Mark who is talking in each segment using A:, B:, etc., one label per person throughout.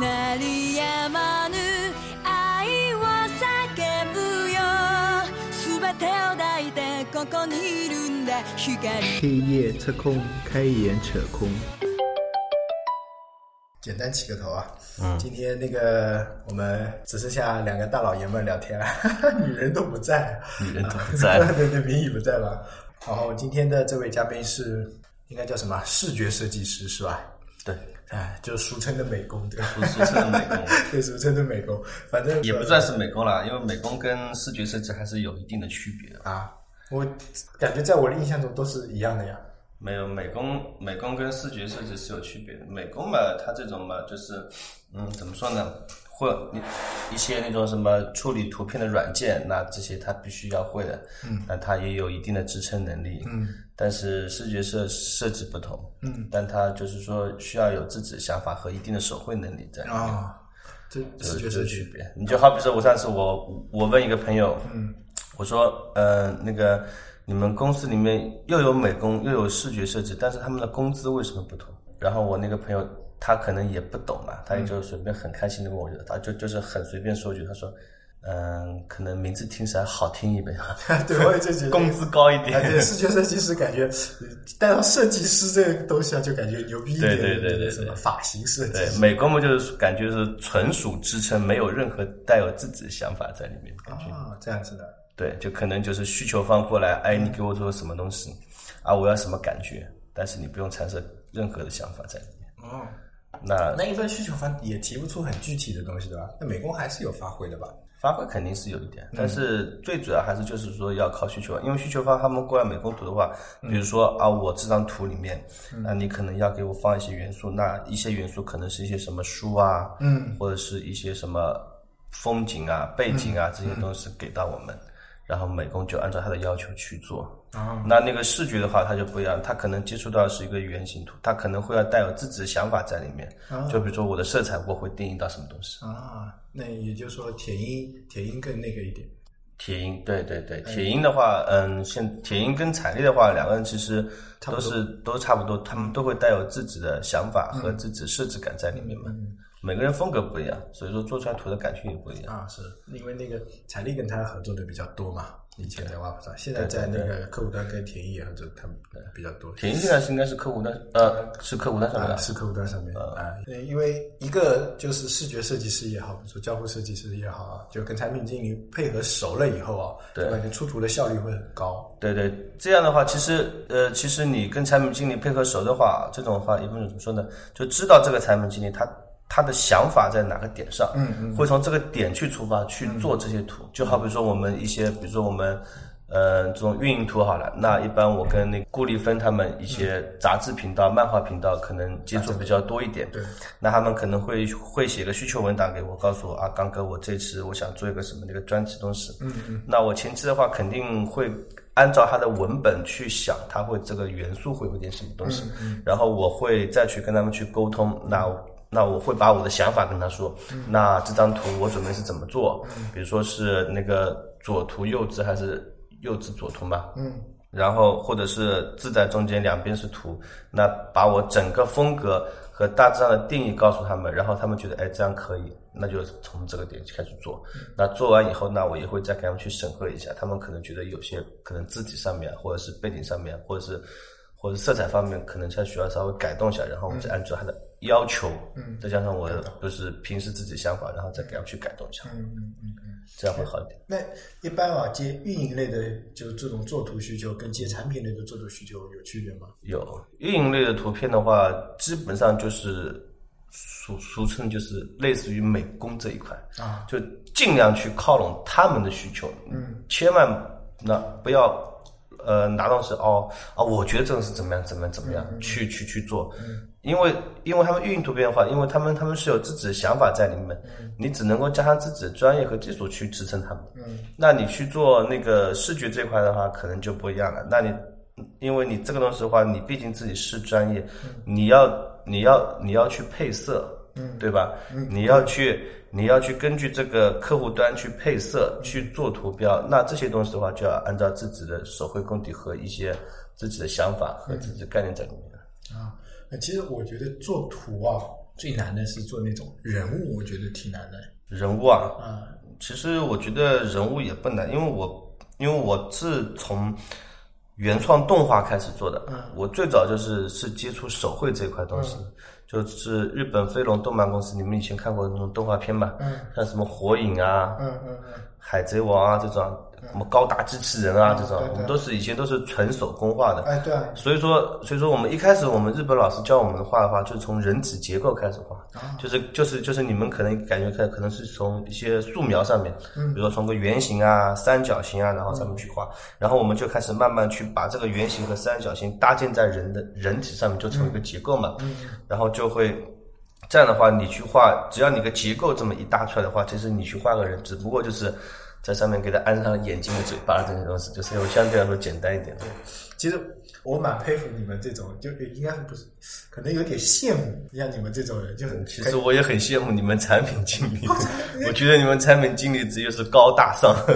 A: 鳴りやまぬ愛を叫ぶよ全てを抱いてここにいるんだ光
B: 黑夜测控，开眼扯空。
C: 简单起个头啊，
D: 嗯
C: 今天那个我们只剩下两个大老爷们儿聊天了， 女人都不在，
D: 女人都不在
C: 对对，明宇不在了。然后今天的这位嘉宾是应该叫什么？视觉设计师是吧？
D: 对，
C: 哎，就是俗称的美工，对吧？
D: 不俗称的美工，
C: 对，俗称的美工，反正
D: 也不算是美工啦，因为美工跟视觉设计还是有一定的区别的。
C: 啊。我感觉在我的印象中都是一样的呀。
D: 没有美工，美工跟视觉设计是有区别的。美工嘛，它这种嘛，就是嗯，怎么说呢？会你一些那种什么处理图片的软件，那这些它必须要会的，嗯，那它也有一定的支撑能力，嗯。但是视觉设设计不同，嗯，但它就是说需要有自己的想法和一定的手绘能力在里面。
C: 啊，这视觉设
D: 呃区
C: 计，
D: 别。你就好比说，我上次我我问一个朋友，嗯，我说，呃，那个你们公司里面又有美工又有视觉设计，但是他们的工资为什么不同？然后我那个朋友他可能也不懂嘛，他也就随便很开心的问我，他就就是很随便说一句，他说。嗯，可能名字听起来好听一点，
C: 对我也就觉得
D: 工资高一
C: 啊，
D: 点，
C: 对，视觉设计师感觉呃带到设计师这个东西啊，就感觉牛逼一点。
D: 对对对对对
C: 什么发型设计
D: 对，美工嘛就是感觉是纯属支撑，没有任何带有自己的想法在里面，感觉。
C: 啊，这样子的。
D: 对，就可能就是需求方过来，哎，你给我做什么东西啊？我要什么感觉？但是你不用产生任何的想法在里面。
C: 哦，
D: 那
C: 那一般需求方也提不出很具体的东西，对吧？那美工还是有发挥的吧？
D: 发挥肯定是有一点，但是最主要还是就是说要靠需求方，因为需求方他们过来美工图的话，比如说啊，我这张图里面，那你可能要给我放一些元素，那一些元素可能是一些什么书啊，嗯，或者是一些什么风景啊、背景啊这些东西给到我们，然后美工就按照他的要求去做。那那个视觉的话，它就不一样，它可能接触到是一个圆形图，它可能会要带有自己的想法在里面，就比如说我的色彩我会定义到什么东西。
C: 啊，那也就是说铁音铁音更那个一点。
D: 铁鹰，对对对，铁鹰的话，嗯，现铁鹰跟彩丽的话，两个人其实都是都差不多，他们都会带有自己的想法和自己设置感在里面嘛。每个人风格不一样，所以说做出来图的感觉也不一样。
C: 啊，是因为那个彩丽跟他合作的比较多嘛，以前在 Web 上，现在在那个客户端跟铁音也合作，他们比较多。
D: 铁鹰现在是应该是客户端，呃，是客户端上面
C: 啊，
D: 的。
C: 是客户端上面啊，对因为一个就是视觉设计师也好，比如说交互设计师也好啊，就跟产品经理配合熟了以后啊，
D: 对
C: 就感觉出图的效率会很高。
D: 对对，这样的话，其实呃，其实你跟产品经理配合熟的话，这种话一般怎么说呢？就知道这个产品经理他他的想法在哪个点上，嗯嗯，会从这个点去出发去做这些图。就好比说我们一些，比如说我们。呃，这种运营图好了，那一般我跟那个顾立芬他们一些杂志频道、漫画频道可能接触比较多一点，
C: 对，
D: 那他们可能会会写个需求文档给我，告诉我啊，刚哥，我这次我想做一个什么那个专题东西。嗯嗯。那我前期的话，肯定会按照他的文本去想，他会这个元素会有点什么东西，然后我会再去跟他们去沟通。那我那我会把我的想法跟他说。那这张图我准备是怎么做？比如说是那个左图右字还是右字左图嘛？嗯。然后或者是字在中间，两边是图，那把我整个风格和大致上的定义告诉他们，然后他们觉得哎这样可以，那就从这个点开始做。那做完以后，那我也会再给他们去审核一下，他们可能觉得有些可能字体上面啊，或者是背景上面啊，或者是或者色彩方面，可能才需要稍微改动一下，然后我们再按照他的要求，嗯，再加上我就是平时自己想法，然后再给他们去改动一下，嗯嗯嗯，这样会好一点。
C: 那一般啊，接运营类的就这种做图需求跟接产品类的做图需求有区别吗？
D: 有运营类的图片的话，基本上就是俗俗称就是类似于美工这一块
C: 啊，
D: 就尽量去靠拢他们的需求，嗯，千万那不要呃拿东西哦啊，我觉得这个是怎么样怎么样怎么样、去去去做，因为因为他们运营图片的话，因为他们他们是有自己的想法在里面，你只能够加上自己的专业和技术去支撑他们，嗯，那你去做那个视觉这一块的话，可能就不一样了，那你。因为你这个东西的话，你毕竟自己是专业，你要你要你要去配色，嗯，对吧？你要去你要去根据这个客户端去配色去做图标，那这些东西的话，就要按照自己的手绘功底和一些嗯自己的想法和自己的概念在里面。
C: 啊，那其实我觉得做图啊，最难的是做那种人物，我觉得挺难的
D: 人物啊，
C: 啊。
D: 其实我觉得人物也不难，因为我因为我是从原创动画开始做的，
C: 嗯
D: 我最早就是是接触手绘这块东西的，就是日本飞龙动漫公司，你们以前看过那种动画片嘛，像什么火影啊、
C: 嗯嗯嗯，
D: 海贼王啊这种，什么高达机器人啊这种
C: 对，对
D: 我们都是以前都是纯手工画的，
C: 哎，对啊，
D: 所以说，所以说我们一开始我们日本老师教我们画的话，就是从人体结构开始画，就是就是就是你们可能感觉可可能是从一些素描上面，比如说从个圆形啊、三角形啊，然后上面去画，然后我们就开始慢慢去把这个圆形和三角形搭建在人的人体上面，就成一个结构嘛，然后就会。这样的话，你去画，只要你个结构这么一搭出来的话，其实你去画个人，只不过就是在上面给他安上眼睛和嘴巴这些东西，就是相对来说简单一点。
C: 其实我蛮佩服你们这种，就应该是不是，可能有点羡慕，像你们这种人，就很
D: 其实我也很羡慕你们产品经理， 我觉得你们产品经理职业是高大上。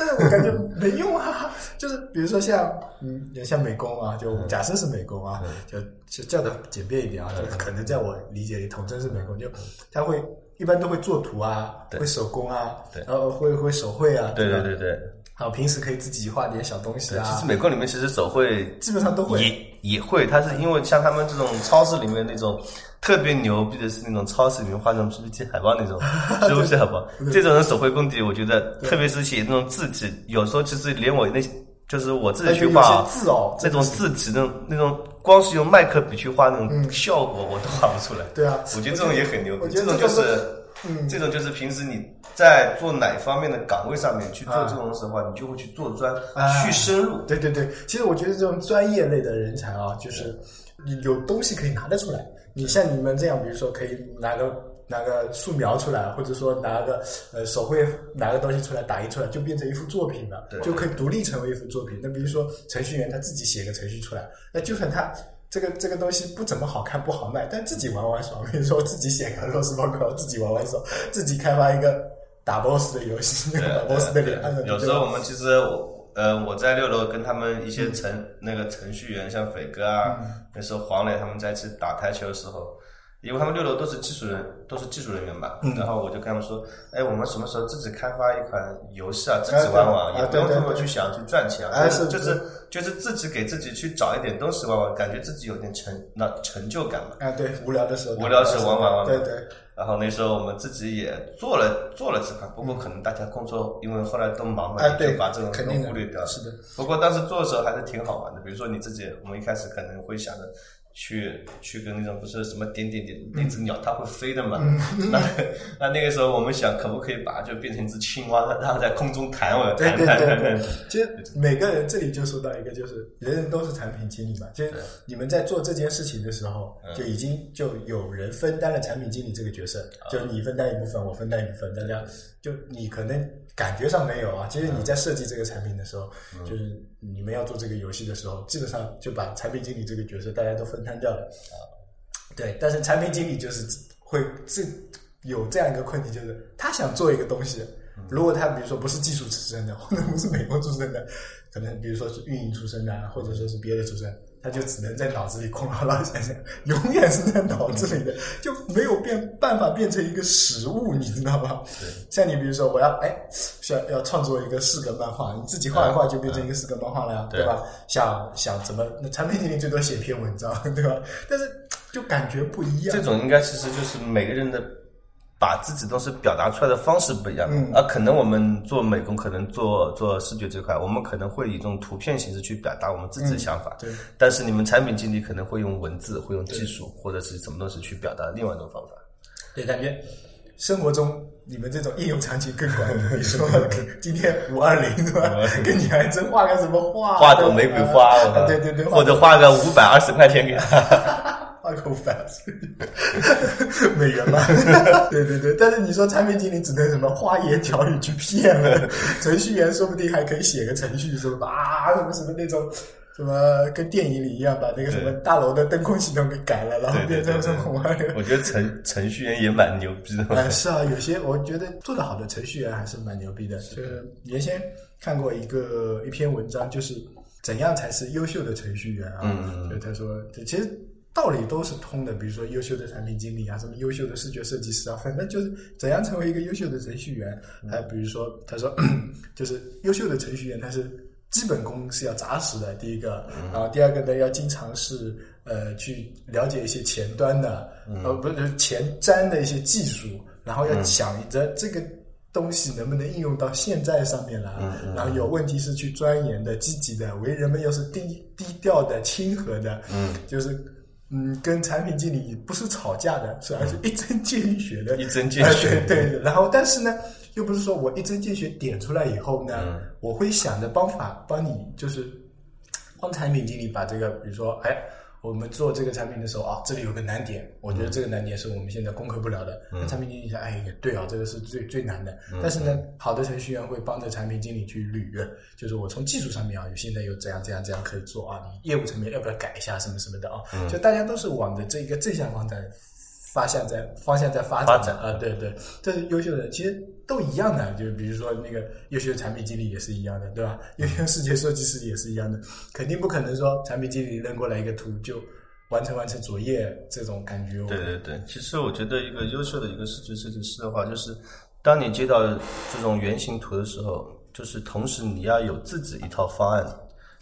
C: 但是我感觉没用啊。 就是比如说像，嗯，像美工啊，就假设是美工啊，
D: 嗯
C: 就就叫的简便一点啊，就可能在我理解里，童真是美工，就他会一般都会做图啊，
D: 对
C: 会手工啊，
D: 对
C: 然后会会手绘啊，
D: 对对
C: 吧
D: 对对，
C: 然后平时可以自己画点小东西
D: 对其
C: 啊
D: 实，美工里面其实手绘
C: 基本上都会。
D: 也也会，他是因为像他们这种超市里面那种特别牛逼的是那种超市里面画那种 PPT 海报那种 PPT 海报，这种人手绘功底，我觉得特别是写那种字体，有时候其实连我那就是我自己去画
C: 有
D: 啊
C: 些字哦，
D: 那种字体，那种那种光是用麦克笔去画那种效果，我都画不出来。
C: 嗯对啊，
D: 我觉得这种也很牛
C: 我
D: 逼，
C: 觉
D: 这
C: 得
D: 种就
C: 这
D: 是
C: 个，嗯
D: 这种就是平时你在做哪方面的岗位上面去做这种东西的话，你就会去做专，
C: 啊
D: 去深入。
C: 对对对，其实我觉得这种专业类的人才啊，就是你有东西可以拿得出来。你像你们这样，比如说可以拿个拿个素描出来，或者说拿个呃手绘拿个东西出来打印出来，就变成一幅作品了
D: 对，
C: 就可以独立成为一幅作品。那比如说程序员他自己写个程序出来，那就算他。这个这个东西不怎么好看，不好卖，但自己玩玩爽。比如说自己写个螺丝报告，自己玩玩爽，自己开发一个打 boss 的游戏，那
D: 对
C: 个 打
D: 啊
C: boss 的
D: 对
C: 脸
D: 啊
C: 按上去就
D: 有时候我们其实我呃我在六楼跟他们一
C: 嗯
D: 些程那个程序员，像斐哥啊，那时候黄磊他们在一起打台球的时候。因为他们六楼都是技术人，都是技术人员嘛，
C: 嗯
D: 然后我就跟他们说，哎，我们什么时候自己开发一款游戏啊，自己玩玩，
C: 啊
D: 也不用
C: 对对
D: 这么
C: 对
D: 去想去赚钱啊，
C: 哎
D: 就是就是就是自己给自己去找一点东西玩玩，感觉自己有点成那成就感嘛。
C: 啊，对，无聊的时候打 boss，
D: 无聊时玩玩玩
C: 对对，
D: 然后那时候我们自己也做了做了这款，不过可能大家工作因为后来都忙嘛，
C: 嗯哎
D: 也
C: 对
D: 就把这种
C: 肯
D: 都
C: 定的
D: 忽略掉了。
C: 是的，
D: 不过当时做的时候还是挺好玩的。比如说你自己，我们一开始可能会想着去去跟那种不是什么点点点
C: 嗯
D: 那只鸟，它会飞的嘛。那那那个时候我们想，可不可以把它就变成一只青蛙，让它在空中弹我
C: 对
D: 弹
C: 对
D: 弹
C: 对
D: 弹
C: 对
D: 弹。，
C: 其实每个人这里就说到一个，就是人人都是产品经理嘛。其实你们在做这件事情的时候，
D: 嗯
C: 就已经就有人分担了产品经理这个角色，
D: 啊
C: 就你分担一部分，我分担一部分，大家就你可能感觉上没有啊，其实
D: 嗯
C: 你在设计这个产品的时候，就是你们要做这个游戏的时候，基本上就把产品经理这个角色大家都分摊掉了。对，但是产品经理就是会自有这样一个困题，就是他想做一个东西，如果他比如说不是技术出身的，或者不是美工出身的，可能比如说是运营出身的啊，或者说是别的出身，他就只能在脑子里空落落想想，永远是在脑子里的，
D: 嗯
C: 就没有变办法变成一个实物，你知道吧？像你比如说，我要哎，想要创作一个四格漫画，你自己画一画就变成一个四格漫画了呀，
D: 嗯对
C: 对吧？想想怎么，那产品经理最多写篇文章，对吧？但是就感觉不一样。
D: 这种应该其实就是每个人的把自己东西表达出来的方式不一样，啊，可能我们做美工，可能做做视觉这块，我们可能会以这种图片形式去表达我们自己的想法，
C: 对
D: 但是你们产品经理可能会用文字，会用技术或者是什么东西去表达另外一种方法。
C: 对，感觉生活中你们这种应用场景更广。比如 说今天五二零是吧？跟女孩子画个什么画？
D: 画朵玫
C: 对
D: 瑰花，
C: 啊
D: 我靠
C: 吧对对对，
D: 或者画个五百二十块钱给他，
C: 画个五百 美元吧。 对对对，但是你说产品经理只能什么花言巧语去骗了，程序员说不定还可以写个程序什么啊什么什么那种。什么跟电影里一样，把那个什么
D: 对
C: 大楼的灯控系统给改了，然后
D: 对对
C: 变成
D: 对
C: 什么五二零
D: 对，我觉得程程序员也蛮牛逼的嘛，
C: 啊，是啊，有些我觉得做得好的程序员还是蛮牛逼的。就是原先看过一个一篇文章，就是怎样才是优秀的程序员啊？
D: 嗯嗯嗯
C: 就他说，其实道理都是通的，比如说优秀的产品经理啊，什么优秀的视觉设计师啊，反正就是怎样成为一个优秀的程序员。还有比如说，他说 就是优秀的程序员，他是基本功是要扎实的，第一个，然后第二个呢，要经常是呃去了解一些前端的，
D: 嗯
C: 呃不是就是前瞻的一些技术，然后要想着这个。东西能不能应用到现在上面来？
D: 嗯
C: 然后有问题是去钻研的、积极的，为人们又是低低调的、亲和的，嗯，就是嗯，跟产品经理不是吵架的，是而是一针见血的，
D: 嗯一针见血
C: 呃 对对。然后，但是呢，又不是说我一针见血点出来以后呢，我会想着办法帮你，就是帮产品经理把这个，比如说，哎。我们做这个产品的时候啊，这里有个难点，我觉得这个难点是我们现在攻克不了的。那、产品经理想，哎，也对啊，这个是最最难的。但是呢，好的程序员会帮着产品经理去捋，就是我从技术上面啊，有现在有怎样怎样怎样可以做啊，你业务层面要不要改一下什么什么的啊，就大家都是往着这一个正向方向发向在方向在发展
D: 发展
C: 啊，对对，这是优秀的，其实都一样的，就是比如说那个优秀的产品经理也是一样的，对吧？优秀的视觉设计师也是一样的，肯定不可能说产品经理扔过来一个图就完成完成作业这种感觉，
D: 对对对，其实我觉得一个优秀的一个视觉设计师的话，就是当你接到这种原型图的时候，就是同时你要有自己一套方案，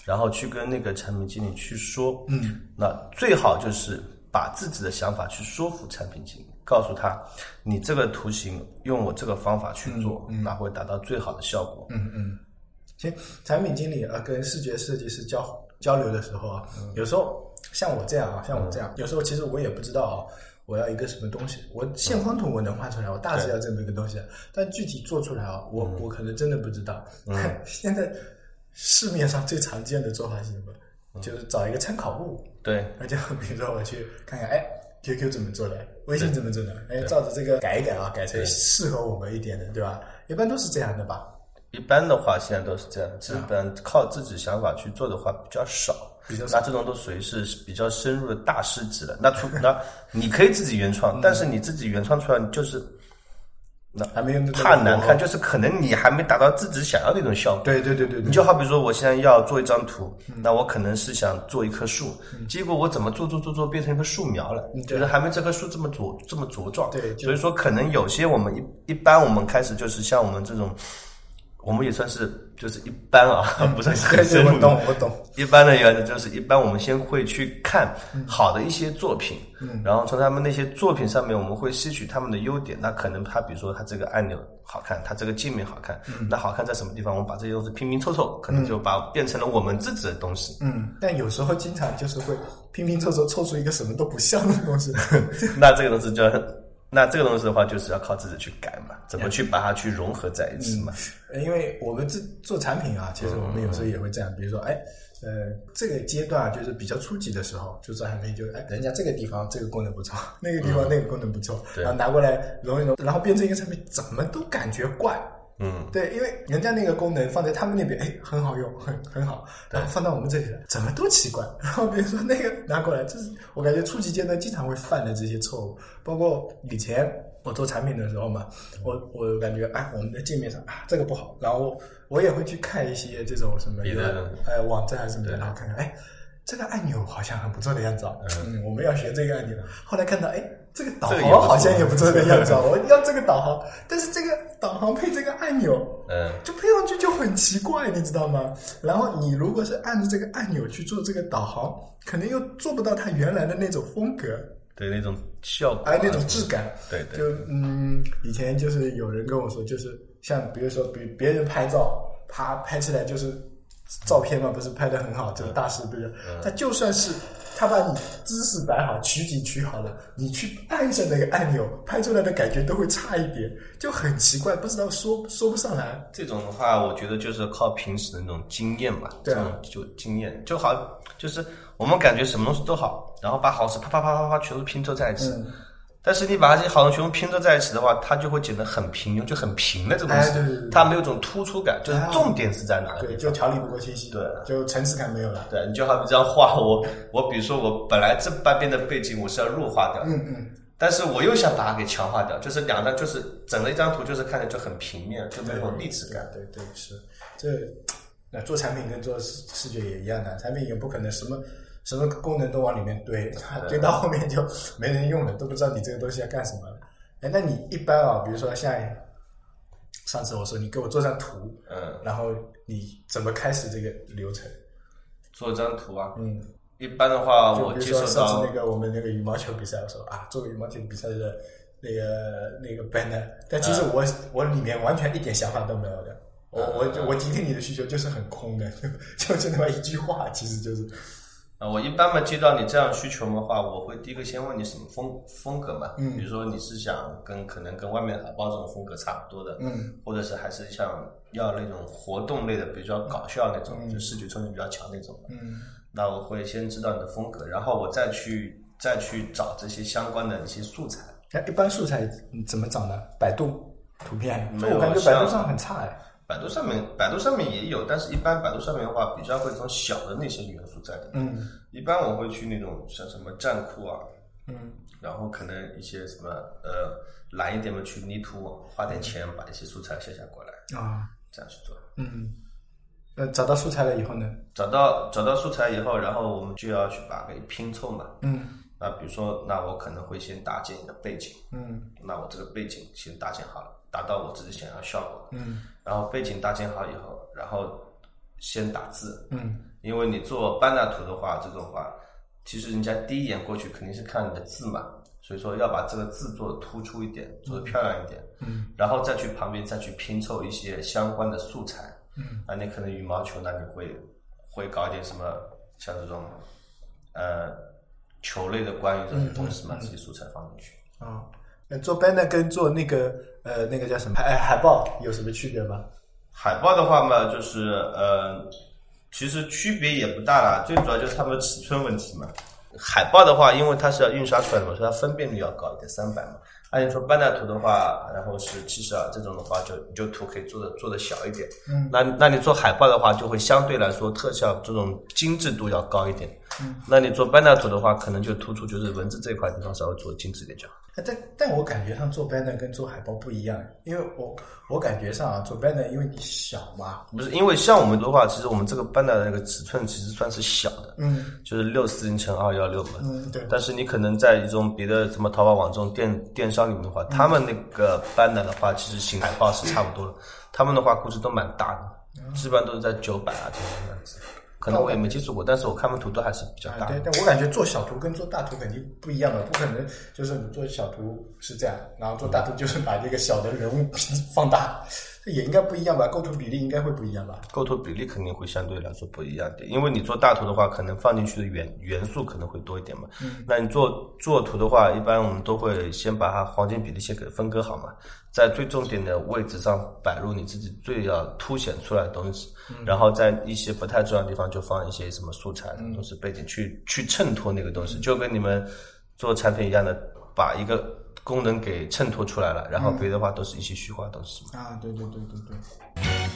D: 然后去跟那个产品经理去说。嗯，那最好就是把自己的想法去说服产品经理，告诉他你这个图形用我这个方法去做，那会达到最好的效果。嗯，
C: 其实产品经理啊跟视觉设计师交交流的时候啊，有时候像我这样啊，像我这样，有时候其实我也不知道、啊、我要一个什么东西，我线框图我能画出来，我大致要这么一个东西，啊但具体做出来啊，我我可能真的不知道。 现在市面上最常见的做法是什么？就是找一个参考物，
D: 对，
C: 那就比如说我去看看，哎，QQ 怎么做的，微信怎么做的，哎，照着这个改一改啊，改成适合我们一点的，对吧？一般都是这样的吧，
D: 一般的话现在都是这样，基本靠自己想法去做的话比较少。
C: 比较
D: 那这种都属于是比较深入的大师级了。那除 那你可以自己原
C: 嗯
D: 创，但是你自己原创出来，你就是
C: 还没有那么
D: 怕难
C: 火
D: 看，
C: 候
D: 就是可能你还没达到自己想要的那种效果。
C: 对对对对嗯对
D: 你，就好比说，我现在要做一张图，那我可能是想做一棵树，
C: 嗯
D: 结果我怎么做做做做变成一棵树苗了，就是还没这棵树这么茁这么茁壮。
C: 对就
D: 所以说可能有些我们一一般我们开始就是像我们这种，我们也算是就是一般啊， 不算是很深入
C: 嗯我。懂我懂，
D: 一般的原则就是，一般我们先会去看
C: 嗯
D: 好的一些作品，然后从他们那些作品上面，我们会吸取他们的优点。那可能他比如说他这个按钮好看，他这个界面好看，
C: 嗯
D: 那好看在什么地方？我们把这些东西拼拼凑凑，可能就把变成了我们自己的东西。
C: 嗯，但有时候经常就是会拼拼凑凑凑出一个什么都不像的东西，
D: 那这个东西就，那这个东西的话，就是要靠自己去改嘛，怎么去把它去融合在一起嘛？
C: 呃因为我们这做产品啊，其实我们有时候也会这样，比如说，哎，呃，这个阶段啊就是比较初级的时候，就做产品就，哎，人家这个地方这个功能不错， 那个地方那个功能不错，
D: 对
C: 然后拿过来融一融，然后变成一个产品，怎么都感觉怪。
D: 嗯，
C: 对，因为人家那个功能放在他们那边，哎，很好用， 很很好。然后放到我们这里来，怎么都奇怪。然后比如说那个拿过来，就是我感觉初级阶段经常会犯的这些错误，包括以前我做产品的时候嘛，我我感觉哎，我们的界面上啊这个不好，然后我也会去看一些这种什么
D: 别的
C: 呃网站啊什么的，然后看看哎。这个按钮好像很不错的样子啊，嗯，我们要学这个按钮。后来看到，哎，这个导
D: 这个也不
C: 航
D: 错
C: 好像也不错的样子啊，我要这个导航，但是这个导航配这个按钮，
D: 嗯，
C: 就配上去就很奇怪，你知道吗？然后你如果是按着这个按钮去做这个导航，可能又做不到它原来的那种风格，
D: 对那种效果啊，
C: 哎，那种质感。
D: 对对
C: 就嗯，以前就是有人跟我说，就是像比如说别别人拍照，啪拍起来就是照片嘛，不是拍的很好，这个大师不是？他就算是他把你姿势摆好，取景取好了，你去按一下那个按钮，拍出来的感觉都会差一点，就很奇怪，不知道说说不上来。
D: 这种的话，我觉得就是靠平时的那种经验嘛，
C: 对
D: 这
C: 啊
D: 种就经验就好，就是我们感觉什么东西都好，然后把好事啪啪啪啪啪全部拼凑在一起。
C: 嗯
D: 但是你把这些好东西全部拼凑在一起的话，它就会显得很平庸，就很平的这个东西，
C: 哎对对啊对
D: 它没有一种突出感，就是重点是在哪个
C: 对，
D: 地方。
C: 就条理不够清晰，
D: 对
C: 就层次感没有了。
D: 对，你就好比这张画，我我比如说我本来这半边的背景我是要弱化掉，嗯嗯，但是我又想把它给强化掉，就是两张就是整了一张图，就是看着就很平面，就没有立体感。
C: 对对是，这那做产品跟做视视觉也一样的，产品也不可能什么什么功能都往里面堆，堆到后面就没人用了，都不知道你这个东西要干什么了。哎，那你一般啊，比如说像上次我说你给我做张图，
D: 嗯，
C: 然后你怎么开始这个流程？
D: 做张图啊。
C: 嗯，
D: 一般的话，
C: 就
D: 我
C: 啊比
D: 接
C: 如说
D: 受
C: 上
D: 到
C: 次那个我们那个羽毛球比赛，我说啊，做个羽毛球比赛的那个那个 banner，但其实
D: 啊
C: 我、我里面完全一点想法都没有的。我我我今天你的需求就是很空的，就就那么一句话，其实就是
D: 啊，我一般嘛接到你这样需求的话，我会第一个先问你什么风风格嘛，嗯，比如说你是想跟可能跟外面海报这种风格差不多的，
C: 嗯，
D: 或者是还是想要那种活动类的，比较搞笑那种，就视觉冲击比较强那种，
C: 嗯
D: 那我会先知道你的风格，然后我再去再去找这些相关的一些素材，
C: 那一般素材你怎么找呢？百度图片，
D: 没
C: 这
D: 有啊
C: 我感觉百度
D: 像
C: 上很差哎。
D: 百度上面百度上面也有，但是一般百度上面的话，比较会从小的那些元素在里面，
C: 嗯
D: 一般我会去那种像什么站酷啊，
C: 嗯
D: 然后可能一些什么呃懒一点的去泥土网花点钱把一些素材下下过来，
C: 啊
D: 这样去做。
C: 嗯，那找到素材了以后呢？
D: 找到找到素材以后，然后我们就要去把它给拼凑嘛。
C: 嗯
D: 那比如说，那我可能会先搭建一个背景，
C: 嗯
D: 那我这个背景先搭建好了，达到我自己想要的效果。
C: 嗯
D: 然后背景搭建好以后，然后先打字，
C: 嗯
D: 因为你做班纳图的话，这种话，其实人家第一眼过去肯定是看你的字嘛，所以说要把这个字做得突出一点，做得漂亮一点，
C: 嗯，
D: 然后再去旁边再去拼凑一些相关的素材，
C: 嗯，
D: 那你可能羽毛球，那你会会搞一点什么像这种，呃，球类的关于这
C: 嗯
D: 种东西嘛，这些素材放进去。
C: 啊，那做 banner 跟做那个呃那个叫什么海海报有什么区别吗？
D: 海报的话嘛，就是呃，其实区别也不大啦，最主要就是它们尺寸问题嘛。海报的话，因为它是要印刷出来的嘛，所以它分辨率要高一点，三百嘛。按你说班纳图的话，然后是七十二这种的话，就你就图可以做的做的小一点。嗯，那那你做海报的话，就会相对来说特效这种精致度要高一点。嗯，那你做班纳图的话，可能就突出就是文字这一块地方稍微做精致一点就好。
C: 啊但但我感觉上做 banner 跟做海报不一样，因为我我感觉上啊做 banner 因为你小嘛，
D: 不是因为像我们的话，其实我们这个班纳的那个尺寸其实算是小的。
C: 嗯
D: 就是六四零乘二幺六嘛。
C: 嗯对
D: 但是你可能在一种别的什么淘宝网这种电电商里面的话，他们那个 banner 的话，其实型海报是差不多的，他们的话估值都蛮大
C: 嗯
D: 的，基本上都是在九百啊这种样子。可能我也没接触过，但是我看们图都还是比较
C: 啊
D: 大
C: 对，
D: 的。
C: 但我感觉做小图跟做大图肯定不一样的，不可能就是你做小图是这样，然后做大图就是把这个小的人物 放大，这也应该不一样吧？构图比例应该会不一样吧？
D: 构图比例肯定会相对来说不一样点，因为你做大图的话，可能放进去的元元素可能会多一点嘛。那你做做图的话，一般我们都会先把它黄金比例先给分割好嘛，在最重点的位置上摆入你自己最要凸显出来的东西，然后在一些不太重要的地方就放一些什么素材、什么东西背景去去衬托那个东西，就跟你们做产品一样的，把一个功能给衬托出来了，然后别的话都是一些虚化的东西嘛。
C: 啊，对对对对对。